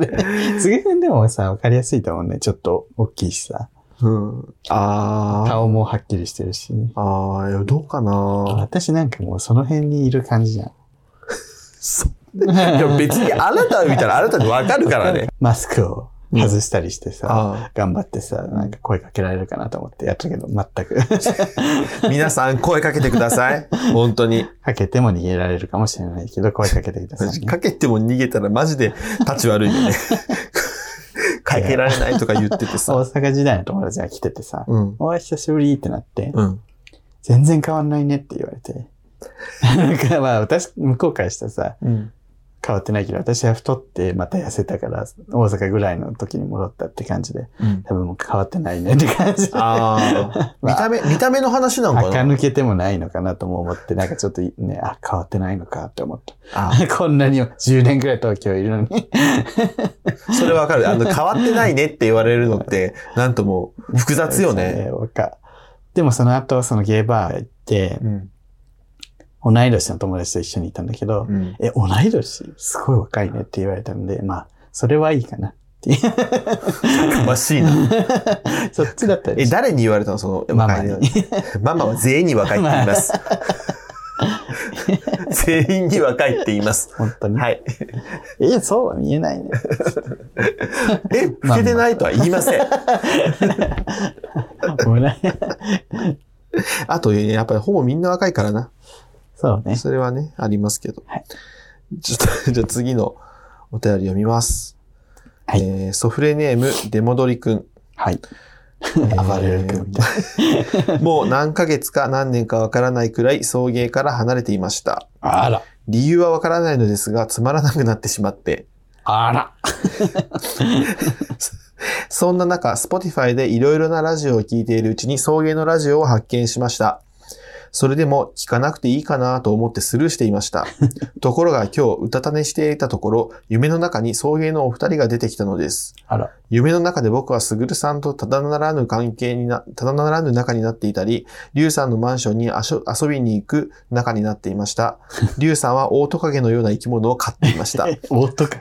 杉君でもさ、わかりやすいと思うね。ちょっと大きいしさ。うん。あー。顔もはっきりしてるし。ああ、いやどうか な私なんかもうその辺にいる感じじゃん。 そいや、別にあなたを見たらあなたにわかるからね。 マスクを外したりしてさ、 あ頑張ってさ、なんか声かけられるかなと思ってやったけど、全く。 あ皆さん声かけてください。 本当に。かけても逃げられるかもしれないけど、声かけてください、ね。かけても逃げたらマジで立ち悪いよ ね。かけられないとか言ってて大さ。阪時代の友達が来ててさ、うん。おい、久しぶりってなって、うん。全然変わんないねって言われて。なんかまあ、私、向こうからしたらさ、うん。変わってないけど、私は太ってまた痩せたから、大阪ぐらいの時に戻ったって感じで、多分もう変わってないねって感じで。ああ、ま見あた目、見た目の話なんか垢な抜けてもないのかなとも思って、なんかちょっとね、あ、変わってないのかって思った。あこんなに10年ぐらい東京いるのに。あそれわかる。あの、変わってないねって言われるのって、なんとも複雑よね。わかでもその後、そのゲイバー行って、うん。同い年の友達と一緒にいたんだけど、うん。え、同い年すごい若いねって言われたんで、まあ、それはいいかな っていう。かましいな。そっちだったらえ、誰に言われたのその、ママに若いのママは全員に若いって言い ます。全員に若いって言います。本当に。はい。いや、そうは見えない ね。え、老けてないとは言いません。もうねあと、やっぱりほぼみんな若いからな。そうね。それはね、ありますけど。はいちょっと、じゃあ次のお便り読みます。はいえーソフレネーム、出戻りくん。はい。ー暴れる君みたいもう何ヶ月か何年かわからないくらい送迎から離れていました。な。あら。理由はわからないのですが、つまらなくなってしまって。あら。そんな中、Spotify でいろいろなラジオを聴いているうちに送迎のラジオを発見しました。それでも聞かなくていいかなと思ってスルーしていました。ところが今日、うたた寝していたところ、夢の中に送迎のお二人が出てきたのです。あら。夢の中で僕はすぐるさんとただならぬ関係にな、ただならぬ仲になっていたり、りゅうさんのマンションにあしょ遊びに行く仲になっていました。りゅうさんはオオトカゲのような生き物を飼っていました。おっとか。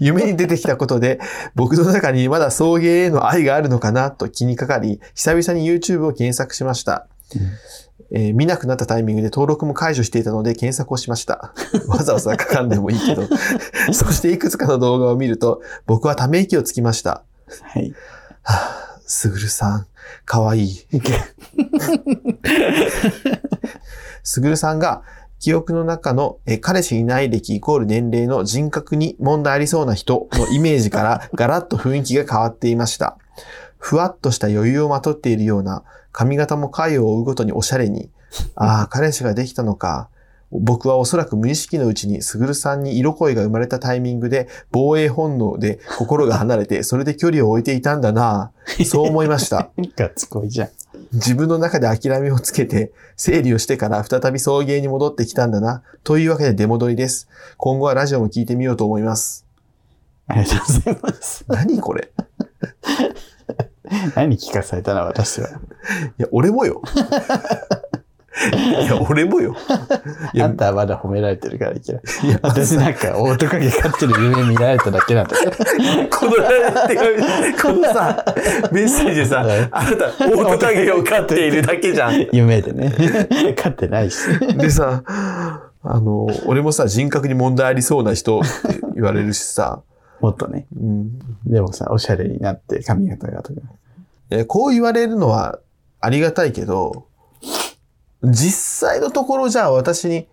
夢に出てきたことで、僕の中にまだ送迎への愛があるのかなと気にかかり、久々に YouTube を検索しました。えー見なくなったタイミングで登録も解除していたので検索をしました。わざわざ書かんでもいいけど。そしていくつかの動画を見ると、僕はため息をつきました。はい。はぁ、すぐるさん、かわいい。すぐるさんが記憶の中のえ彼氏いない歴イコール年齢の人格に問題ありそうな人のイメージからガラッと雰囲気が変わっていました。ふわっとした余裕をまとっているような、髪型も回を追うごとにおしゃれに、ああ、彼氏ができたのか。僕はおそらく無意識のうちに、すぐるさんに色恋が生まれたタイミングで、防衛本能で心が離れて、それで距離を置いていたんだなぁそう思い ました。ガッツこいじゃん。自分の中で諦めをつけて、整理をしてから再び送迎に戻ってきたんだな。というわけで出戻りです。今後はラジオも聞いてみようと思います。ありがとうございます。何これ何聞かされたの私は。いや、俺もよ。いや、俺もよ。いあやん、たはまだ褒められてるからいけない。いや 私なんか、オートカゲ飼ってる夢見られただけ なんだけど。この手紙このさ、メッセージでさはい、あなた、オートカゲを飼っているだけじゃん。夢でね。 飼ってないし。でさ、あの、俺もさ、人格に問題ありそうな人って言われるしさ、もっとね。うん、でもさ、おしゃれになって髪型がとか。えーこう言われるのはありがたいけど、実際のところじゃあ私に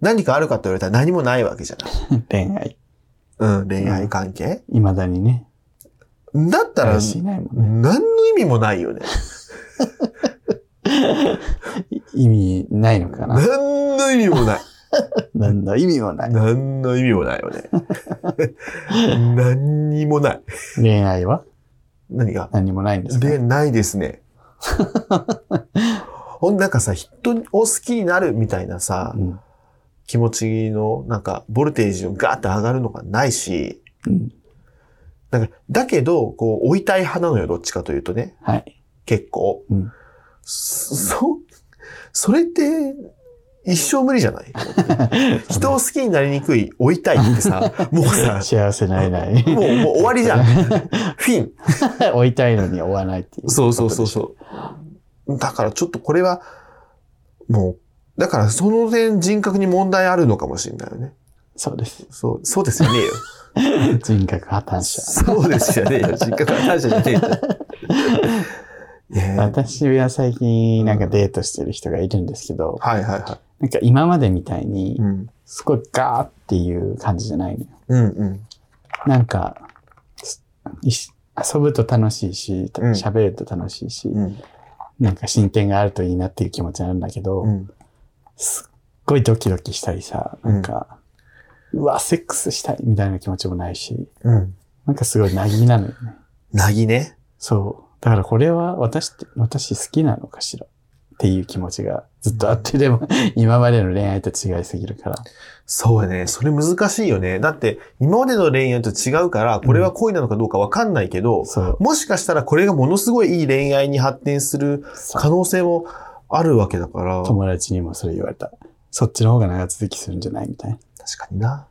何かあるかって言われたら何もないわけじゃない。恋愛。うん、恋愛関係、未だにね。だったら彼、氏いないもんね。何の意味もないよね。意味ないのかな。何の意味も ない。何の意味もない。何の意味もない よね。何にもない。恋愛は何が何もないんですかで、ないで すね。ほんなんかさ、人を好きになるみたいなさ、うん気持ちの、なんか、ボルテージをガーって上がるのがないし、うんなんか、だけど、こう、追いたい派なのよ、どっちかというとね、はい。結構。うんそ、それって、一生無理じゃない 人を好きになりにくい、追いたいって さ、もうさ、幸せなれ ない。もう、もう終わりじゃん。フィン。追いたいのに追わないっていう。そうそうそうそう。だからちょっとこれは、もう、だからその点人格に問題あるのかもしれないよね。そうです。そう、そうですよねえよ。人格破綻者。そうですよねえよ。人格感謝じゃねえよ。いやはい私は最近なんかデートしてる人がいるんですけど、はいはなんか今までみたいにい。う、ん。すごいガーっていう感じじゃないのよ。うんうん。なんか、すいし遊ぶと楽しいし、うん喋ると楽しいし、うんなんか進展があるといいなっていう気持ちになるんだけど、うん。すっごいドキドキしたりさ、なんか、うわ、セックスしたいみたいな気持ちもないし、うん。なんかすごいなぎなのよね。なぎね。そう。だからこれは私って、私好きなのかしらっていう気持ちがずっとあって、でも、今までの恋愛と違いすぎるから。そうやね。それ難しいよね。だって、今までの恋愛と違うから、これは恋なのかどうかわかんないけど、そう。もしかしたらこれがものすごいいい恋愛に発展するそう可能性もあるわけだから。確友達にもそれ言われた。そっちの方が長続きするんじゃないみたいな。かにな。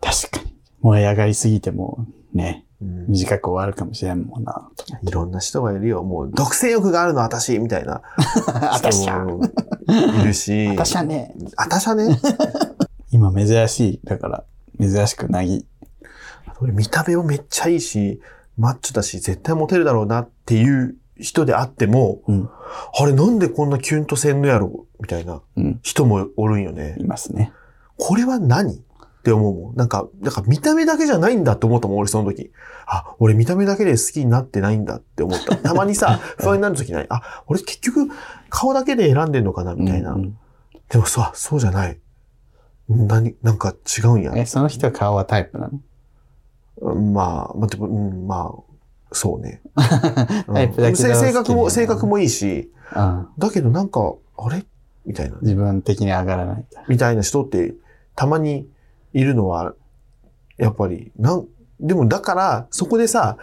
確かに。燃え上がりすぎても、ね、うん、い短く終わるかもしれんもんな。ろんな人がいるよ。もう、独占欲があるの私、みたいな私人は、もいるし。私はね、あたしゃね。今珍しい。だから、珍しくなぎ。俺見た目もめっちゃいいし、マッチョだし、絶対モテるだろうなっていう人であっても、うんあれなんでこんなキュンとせんのやろみたいなうん。人もおるんよね。いますね。これは何って思うもん。なんか、なんか見た目だけじゃないんだって思ったもん、俺その時。あ、俺見た目だけで好きになってないんだって 思った。たまにさ、不安になる時ない。あ、俺結局顔だけで選んでんのかなみたいな。うんでもさ、そうじゃない。何、なんか違うんやうん。え、その人は顔はタイプなのまあ、まあ、でもうん、まあ、そうね。うんタイプだけどせ好き性に格なも、る性格もいいし、うん。だけどなんか、あれみたいな。自分的に上がらない。みたいな人って、たまにいるのは、やっぱり、なん、でもだから、そこでさ、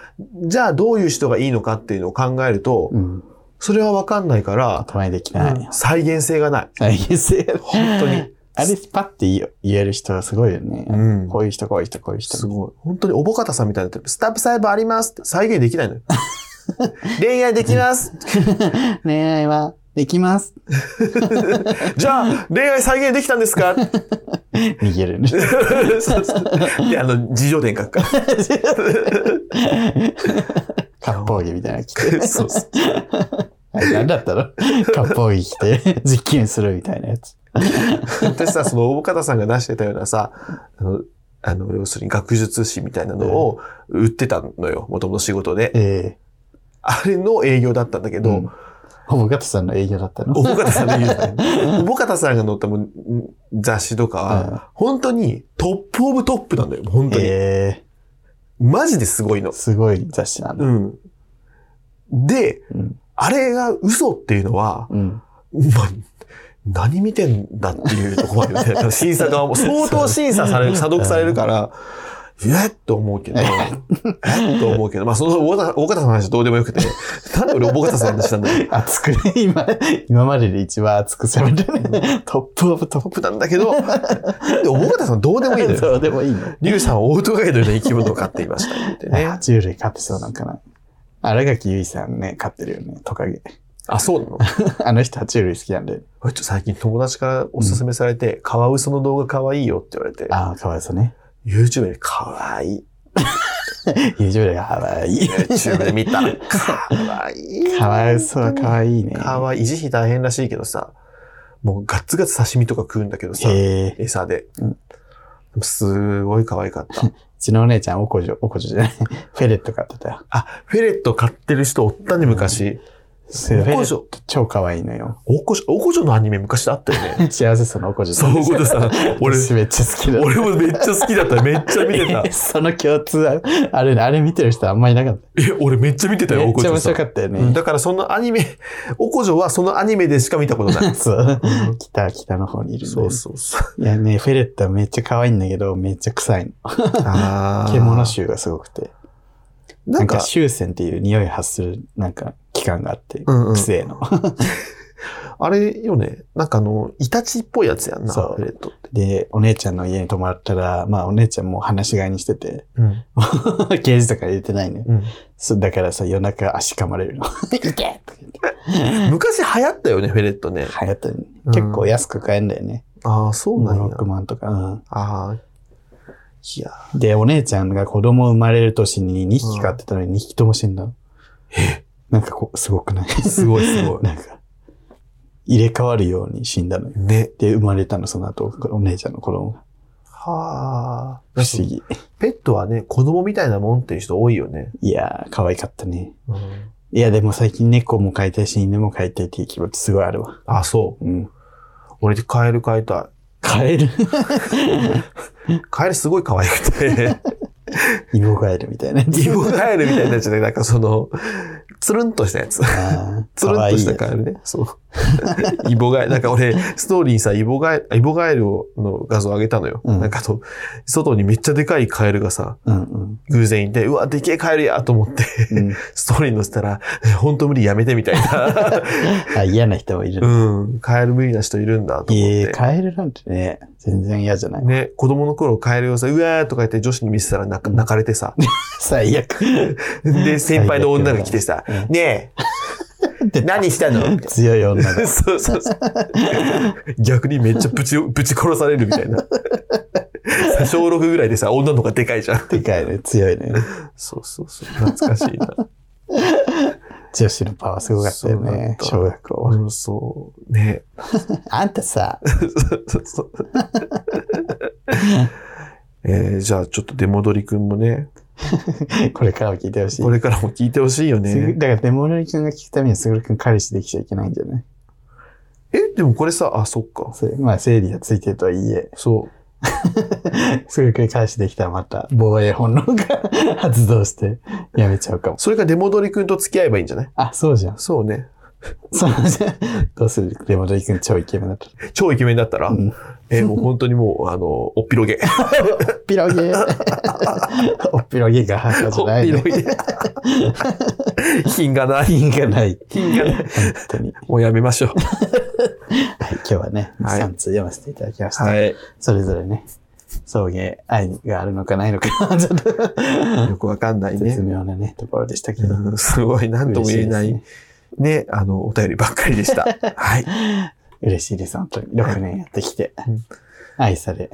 じゃあどういう人がいいのかっていうのを考えると、うん。それはわかんないから、頭にできない。再現性がない。再現性が本当に。あれ、パッて言え言える人はすごいよね。うんこういう人、こういう人、こういう人。すごい。本当におぼかたさんみたいになってる。スタップ細胞ありますって再現できない のよ。恋愛できます 恋愛はできます。じゃあ、恋愛再現できたんですか逃げるね。 そうそうで、あの、自助伝書くか割烹着みたいなの着て。ら。そうそう。あれ何だったの割烹着着て 実験するみたいなやつ。私さ、その、大方さんが出してたようなさ、あの、あの要するに学術誌みたいなのを売ってたのよ。もともと仕事で。ええあれの営業だったんだけど、うんほぼガトさんの営業だったの大方さんの言う大方さんが載ったもん雑誌とかうんは、本当にトップオブトップなんだよ。本当に。えマジですごいのえ。すごい雑誌なんだ。うん。で、うん。あれが嘘っていうのは、うん。まあ、何見てんだっていうところまでね、 審査側も相当審査される、査読されるから、えっと思うけど、えっと思うけど、まあその大方大方さんの話はどうでもよくて、なんで俺大方さんの話したんだよ。熱くね、今、今までで一番熱く喋るね。トップオブトットップなんだけど、なんで大方さんどうでもいいのプ。よ。そうでもいいの。リュウさんはオートガイドの生き物を飼っていましたってね、ね爬。虫類飼ってそうなんかな。新垣結衣さんね、飼ってるよね、トカゲ。あ、そうなのあの人爬虫類好きなんで。俺ちょっと最近友達からおすすめされて、カワウソの動画かわいいよって言われて、ああ、かわいそうね。 YouTube でかわいい。 YouTube でかわい い。 YouTube で見たら、 かわいい。かわいそう、かわいいね。かわいい。維持費大変らしいけどさ、もうガッツガツ刺身とか食うんだけどさ、ええ餌でうん。すごい可愛かった。 うちのお姉ちゃん、おこじょ、おこじょじゃない。 フェレット飼ってたよ。あ、フェレット飼ってる人おったね、昔。フェレおこッじトょ、超かわいいのよ。おこじょ、おこじょのアニメ昔あったよね。幸せ そうなおこじょそう、おこじょさん。俺、私めっちゃ好きだ。俺もめっちゃ好きだった。めっちゃ見 てた。えその共通ある、あれね、あれ見てる人あんまいなかっえ、俺めっちゃ見てたた。よ、めっおちこじゃょ面さん白。かったようんね。。だからそのアニメ、 おこじょはそのアニメでしか見たことないそうう。北、北の方にいるんだよねそうそう そう。いやね、フェレットはめっちゃ可愛いんだけど、めっちゃ臭いの。あー獣臭がすごくて。ななんんか、か、臭腺っていう匂い発する、なんか、器官があって、うんうん癖の。あれよね。なんかあの、イタチっぽいやつやんな、そうフェレットって。で、お姉ちゃんの家に泊まったら、まあお姉ちゃんもう放し飼いにしてて、 うん。ケージとか入れてないね。うんそうだからさ、夜中足噛まれるの。いけとか言って 昔流行ったよね、フェレットね。流行ったのにうん結構安く買えんだよね。ああ、そうなん5、や6。万とか。うんああ。いや。で、お姉ちゃんが子供生まれる年に2匹飼ってたのに2匹とも死んだの。なんかこう、すごくない すごいすごいなんか、入れ替わるように死んだのよ。ね。で、生まれたの、その後、お姉ちゃんの子供が。 はあ。不思議。ペットはね、子供みたいなもんっていう人多いよね。いやー、可愛かったね。うん、いや、でも最近猫も飼いたいし、犬も飼いたいっていう気持ちすごいあるわ。あ、そう。うん。俺でカエル飼いた飼えるい。カエルすごい可愛く て。イボ飼えるみたいなやつ。イボカ エルみたいになっちゃって、なんかその、つるんとしたやつ。あーつるんとしたカエルね。そう。 イボガエル、なんか俺、ストーリーにさ、イボガエル、イボガエルの画像を上げたのよ。うんなんかあと、外にめっちゃでかいカエルがさ、うんうん。偶然いて、うわ、でけえカエルやと思って、うん、 ストーリーに載せたら、えほんと無理やめてみた いな。あ嫌な人もいる。うん、カエル無理な人いるんだと思っええて。カエルなんてね、全然嫌じゃない。ね、子供の頃カエルをさ、うわーとか言って女子に見せたら泣か泣かれてさ、最悪。 で、先輩の女が来てさ最悪だ、 ねえ、何したのみたいな強い女が。そうそうそう。逆にめっちゃぶち、ぶち殺されるみたいな。小6ぐらいでさ、女の子がでかいじゃん。でかいね、強いね。そうそうそう。懐かしいな。女子のパワーすごかったよそうだっね、た小学校は。うん、そう。ね。あんたさ、そうそうそう。えー、じゃあちょっと出戻りくんもね、これからも聞いてほしい。これからも聞いてほしいよすぐね。だから、デモノリ君が聞くためには、すぐる君彼氏できちゃいけないんじゃないえ、でもこれさ、あ、そっか。そうまあ、整理がついてるとはいえ、そう。すぐる君彼氏できたらまた防衛本能が発動してやめちゃうかも。それか出戻りくんと付き合えばいいんじゃないあ、そうじゃん。そうね。そうじゃん。どうするデモノリ君超イケメンだった。超イケメンだったら、うんえ、もう本当にもう、あの、おっぴろげ。おっぴろげー おっぴろげが母じゃない、ね。広 い。品がない。品がない。品がない。本当に。もうやめましょう。はい、今日はね、はい3通読ませていただきました。い。それぞれね、送迎愛があるのかないのか、ちょっ と、よくわかんない絶ね。妙なね、ところでしたけど。うんすごい、なんとも言えな嬉しいで。ね、あの、お便りばっかりで した。はい。嬉しいです、本当に。6年やってきてうん、愛され。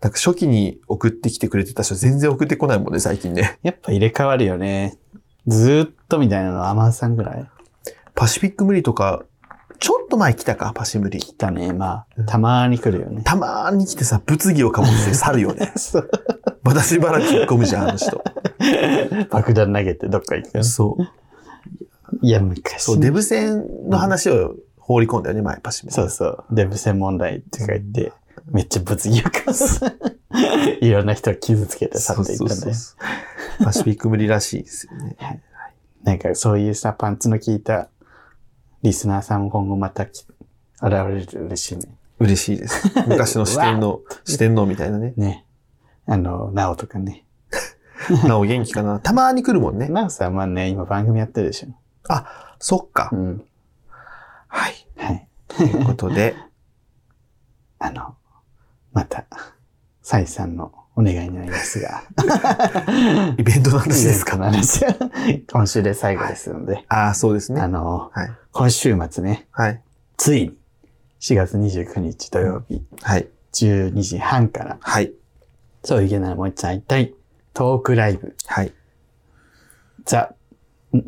なんか初期に送ってきてくれてた人全然送ってこないもんね、最近ね。やっぱ入れ替わるよね。ずーっとみたいなの、アマンさんぐらいパシフィック無理とか、ちょっと前来たか、パシ無理。来たね。まうあ、んたまーに来るよ ね。。たまーに来てさ、物議をかも して去るよねそう。またしばらく引っ込むじゃん、あの人。爆弾投げてどっか行くよ。そう。いや、昔。そう、デブ戦の話を放り込んだよね、前パシ無理。そうそう。デブ専問題って書いて、めっちゃ物議をか す。いろんな人を傷つけて去っていったんだよ。そう パシフィック無理らしいですよね。なんかそういうさ、パンツの効いたリスナーさんも今後またき現れると嬉しいね。嬉しいです。昔の四天 王、四天王みたいなね。ね。あの、なおとかね。なお元気かな。 たまに来るもんね。なおさんはね、今番組やってるでしょ。そっかう。ん。はい。はい。ということ で、あの、また、サイさんのお願いになります が。イベントの話ですか。か話は 今週で最後ですので、ああ、そうですねあ。の、はい。今週末ね、はい。ついに4月29日土曜日はい。 12時半から、はい。そういうならもう一度会いたいトークライブはい。ザ、 ん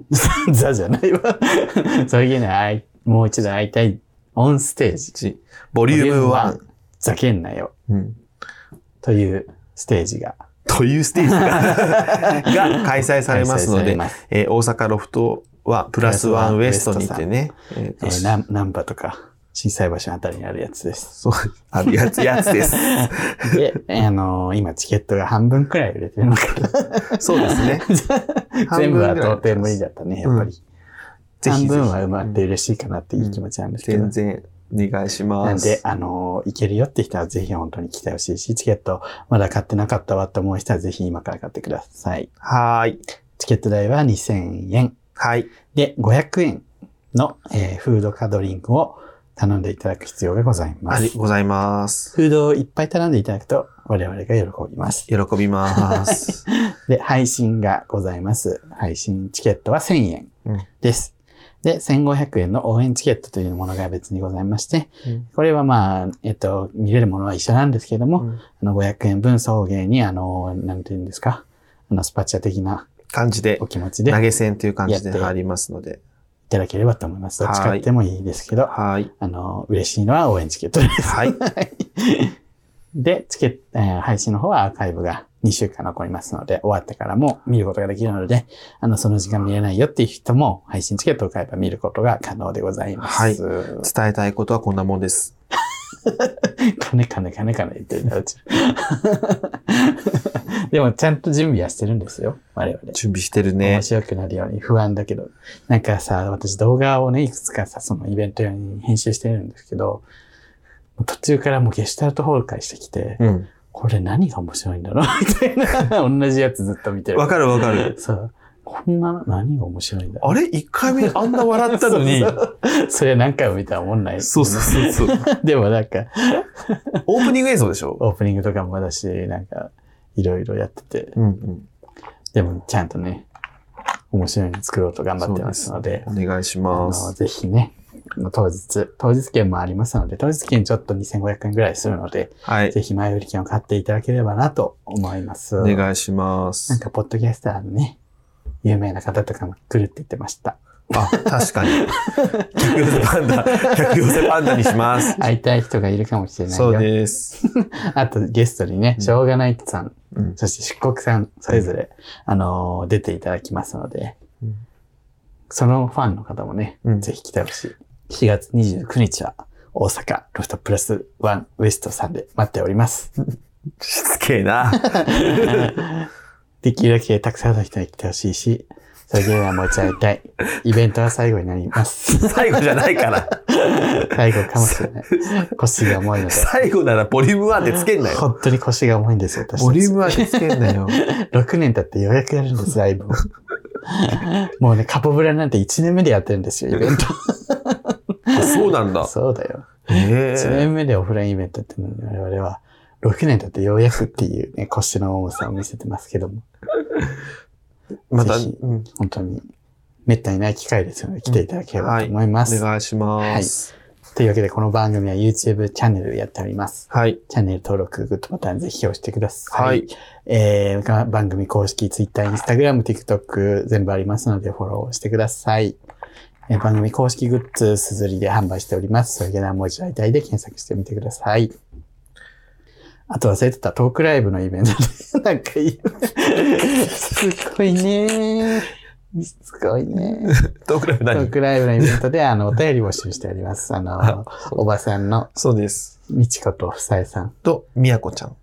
ザじゃないわ。 そういうのあい、もう一度会いたい。オンステージ、じボリューム1。ざけんなよ。うん。というステージがというステージが が開催さ開れ催ますのされで、ます。えー大阪ロフトはプラスワンウエストにてね、えっえとー、なん、ナンバとか、震災橋のあたりにあるやつです。そう、あるやつ、やつです。 で、あのー今チケットが半分くらい売れてるのか そうですね。な。全部は到底無理だったね、やっぱり。ぜ半ひぜひ分は埋まって嬉しいかなっていう気持ちなんですけど。全然お願いしなんます。で、あのー、いけるよって人はぜひ本当に来てほしいし、チケットまだ買ってなかったわって思う人はぜひ今から買ってください。はーい。チケット代は2000円。はい。で、500円の、えーフードかドリンクを頼んでいただく必要がございまありす。ございます。フードをいっぱい頼んでいただくと我々が喜びます。喜び ます。で、配信がございます。配信チケットは1000円うんです。で、1500円の応援チケットというものが別にございまして、うんこれはまあ、えっと、見れるものは一緒なんですけども、うんあの、500円分送迎に、あの、なんて言うんですか、あの、スパチャ的な感じでお、気持ちで投いげ銭という感じでやってありますので。ただければと思います。どっち買ってもいいですけど、はい。あの、嬉しいのは応援チケットです。はい。 で、チケット、えー配信の方はアーカイブが2週間残りますので、終わってからも見ることができるので、あの、その時間見れないよっていう人も、配信チケットを買えば見ることが可能でございます。伝えたいことはこんなもんです。金金金金言ってるんだ、うち らでもちゃんと準備はしてるんですよ、我々。準備してるね面。白くなるように不安だけど。なんかさ、私動画をね、いくつかさ、そのイベント用に編集してるんですけど、途中からもうゲシュタルト崩壊してきて、うん。これ何が面白いんだろう みたいな。同じやつずっと見てる。わかるわかる。そう。こんな、何が面白いんだあれ一回目あんな笑ったの にそ。うそうそれ何回も見たらおもんない。 そうそうそうそう。 でもなんか、 オープニング映像でしょオープニングとかも私、なんか、いろいろやってて、うんうん。でもちゃんとね、面白いの作ろうと頑張ってますので、お願いしあまのす。ぜひね、当日、当日券もありますので、当日券ちょっと2500円ぐらいするので、はい。ぜひ前売り券を買っていただければなと思います。お願いしまなんす。か、ポッドキャスターのね、有名な方とかも来るって言ってました。あ、確かに。客寄せパンダ、客寄せパンダにし ます。会いたい人がいるかもしれないよ。そうです。あとゲストにね、うんしょうがないさん、うんそして出国さん、それぞれ、あのー出ていただきますので、うんそのファンの方もね、うんぜひ来てほしい。4月29日は、大阪ロフトプラスワンウエストさんで待っております。しつけえな。できるだけたくさんの人に来てほしいし、それでは持ち上げたい。イベントは最後になります。最後じゃないから。最後かもしれない。腰が重いので。最後ならボリューム1ってつけ んなよ。本当に腰が重いんですよ、私たちボリューム1ってつけんな よ。 6年経ってようやくやるんです、 ライブを。もうね、カポブラなんて1年目でやってるんですよ、イベンあ そうなんだト。。そうだよ。へ1え。年目でオフラインイベントやってるのに、我々は6年経ってようやくっていうね、腰の重さを見せてますけども、また、ぜひうん本当に滅多にない機会ですので、来ていただければと思いまおす。願いします。というわけで、この番組は YouTube チャンネルやっております。はい。チャンネル登録、グッドボタンぜひ押してください。はい。えーが番組公式 Twitter、Instagram、TikTok 全部ありますのでフォローしてください。えー番組公式グッズ、すずりで販売しております。それではもう一度会いたいで検索してみてください。あと忘れてたトークライブのイベントで、 なんかいい。すごいねすごいねトークライトーブ 何クライブのイベントで、あの、お便り募集しております。あ の、おばさんのそうです。みちことふさえさんと、みやこちゃん。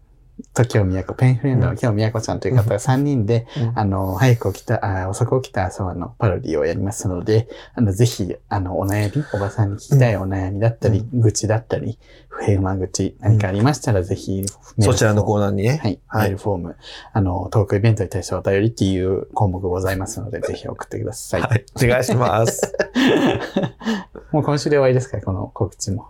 と京みやこ、ペンフレンドの京みやこちゃんという方が3人で、うんあの、早く起きた、あ遅く起きた朝はのパロディをやりますので、あの、ぜひ、あの、お悩み、おばさんに聞きたいお悩みだったり、愚痴だったり、不平不満愚痴、何かありましたら、ぜひ、そちらのコーーナーにね。はい、はメいールフォーム、あの、トークイベントに対してお便りっていう項目ございますので、ぜひ送ってください。はい。お願いします。 もう今週で終わりですから、この告知 も。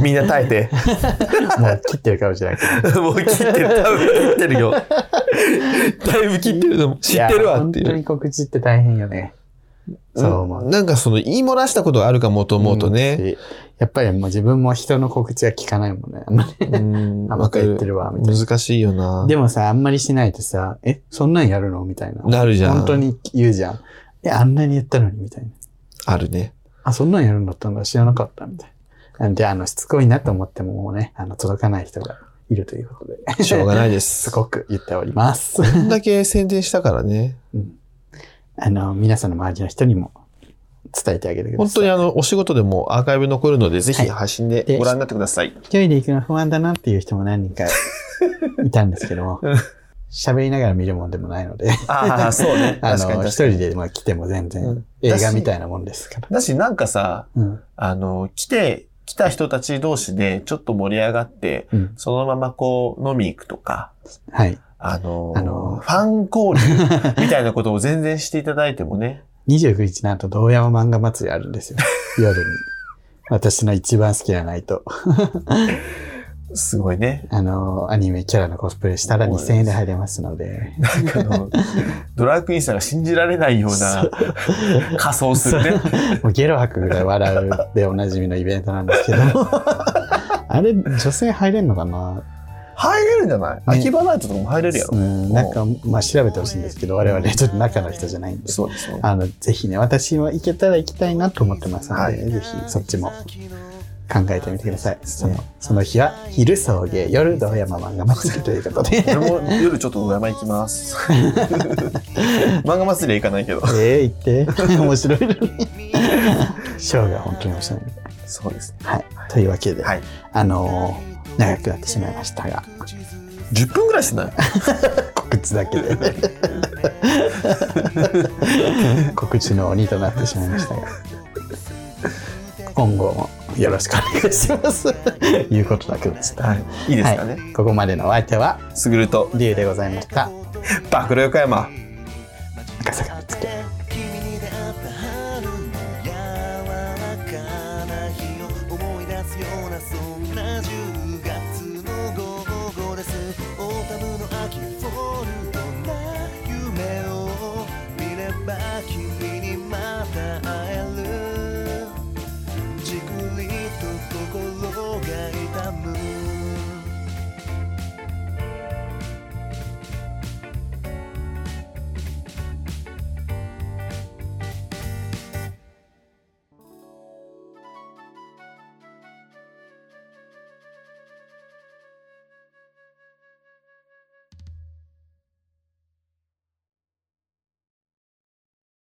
みんな耐えて。 もう切ってるかもしれないけど。もう切ってる。多分切っ てるよ。だいぶ切ってるのも 知ってるわっていいや本当う。に告知って大変よね。そう思う。なんかその言い漏らしたことがあるかもと思うとんね。しやっぱりもう自分も人の告知は聞かないもんね。あんまりうんあばわっかか言ってる。るわ、みたい難しいよなな。。でもさ、あんまりしないとさ、え、そんなんやるのみたいな。なるじゃん。本当に言うじゃん。え、あんなに言ったのに、みたいな。あ るね。あ、そんなんやるんだったんだ。知らなかった、みたいな。なんで、あの、しつこいなと思ってももうね、あの、届かない人がいるということで。しょ うがないですす。こごく言っております。んだけ宣伝したからね。うんあの、皆さんの周りの人にも伝えてあげてくだ本さ当い。にあの、お仕事でもアーカイブ残るので、ぜはひい配信ででご覧になってください。一人で行くの不安だなっていう人も何人 かいたんですけどもうん、喋りながら見るもんでもないので、ああ、そうね あ 確かにの、一確かに。人でまあ来ても全う然ん映画みたいなもんですから。だし、なんかさ、うん。あの、来て、来た人たち同士でちょっと盛り上がって、うん。そのままこう飲み行くとか、はい。あの、あのファン交流 みたいなことを全然していただいてもね。 29日なんと道山漫画祭りあるんです よ。夜に。私の一番好きなナイト。すごいね。あの、アニメキャラのコスプレしたら2000円で入れますので。なんかあ の、ドラァグクイーンさんが信じられないような仮装するね。 もうゲロ吐くぐらい笑うでおなじみのイベントなんですけど も。あれ、女性入れんのかな入れるんじゃない秋葉ナイトとかも入れるやうろ。ん、なんか、まあ、調べてほしいんですけど、我々ちょっと中の人じゃないんで。そうですね。あの、ぜひね、私は行けたら行きたいなと思ってますので、はいぜひそっちも考えてみてください。その、その日は昼送迎、夜道山漫画祭りということで。俺も夜ちょっと上山行 きます。漫画祭りは行かないけど。ええ 行って。面白いのに。ショーが本当に面白い。そうですね。はい。というわけで、はい。あのー長くなってしまいましたが、 10分ぐらいしてない告知だけで、 告知の鬼となってしまいましたが、今後もよろしくお願いします。 いうことだけでした。はい。いいですかね。はい、ここまでのお相手は、すぐると、リュウでございました。爆露横山。赤坂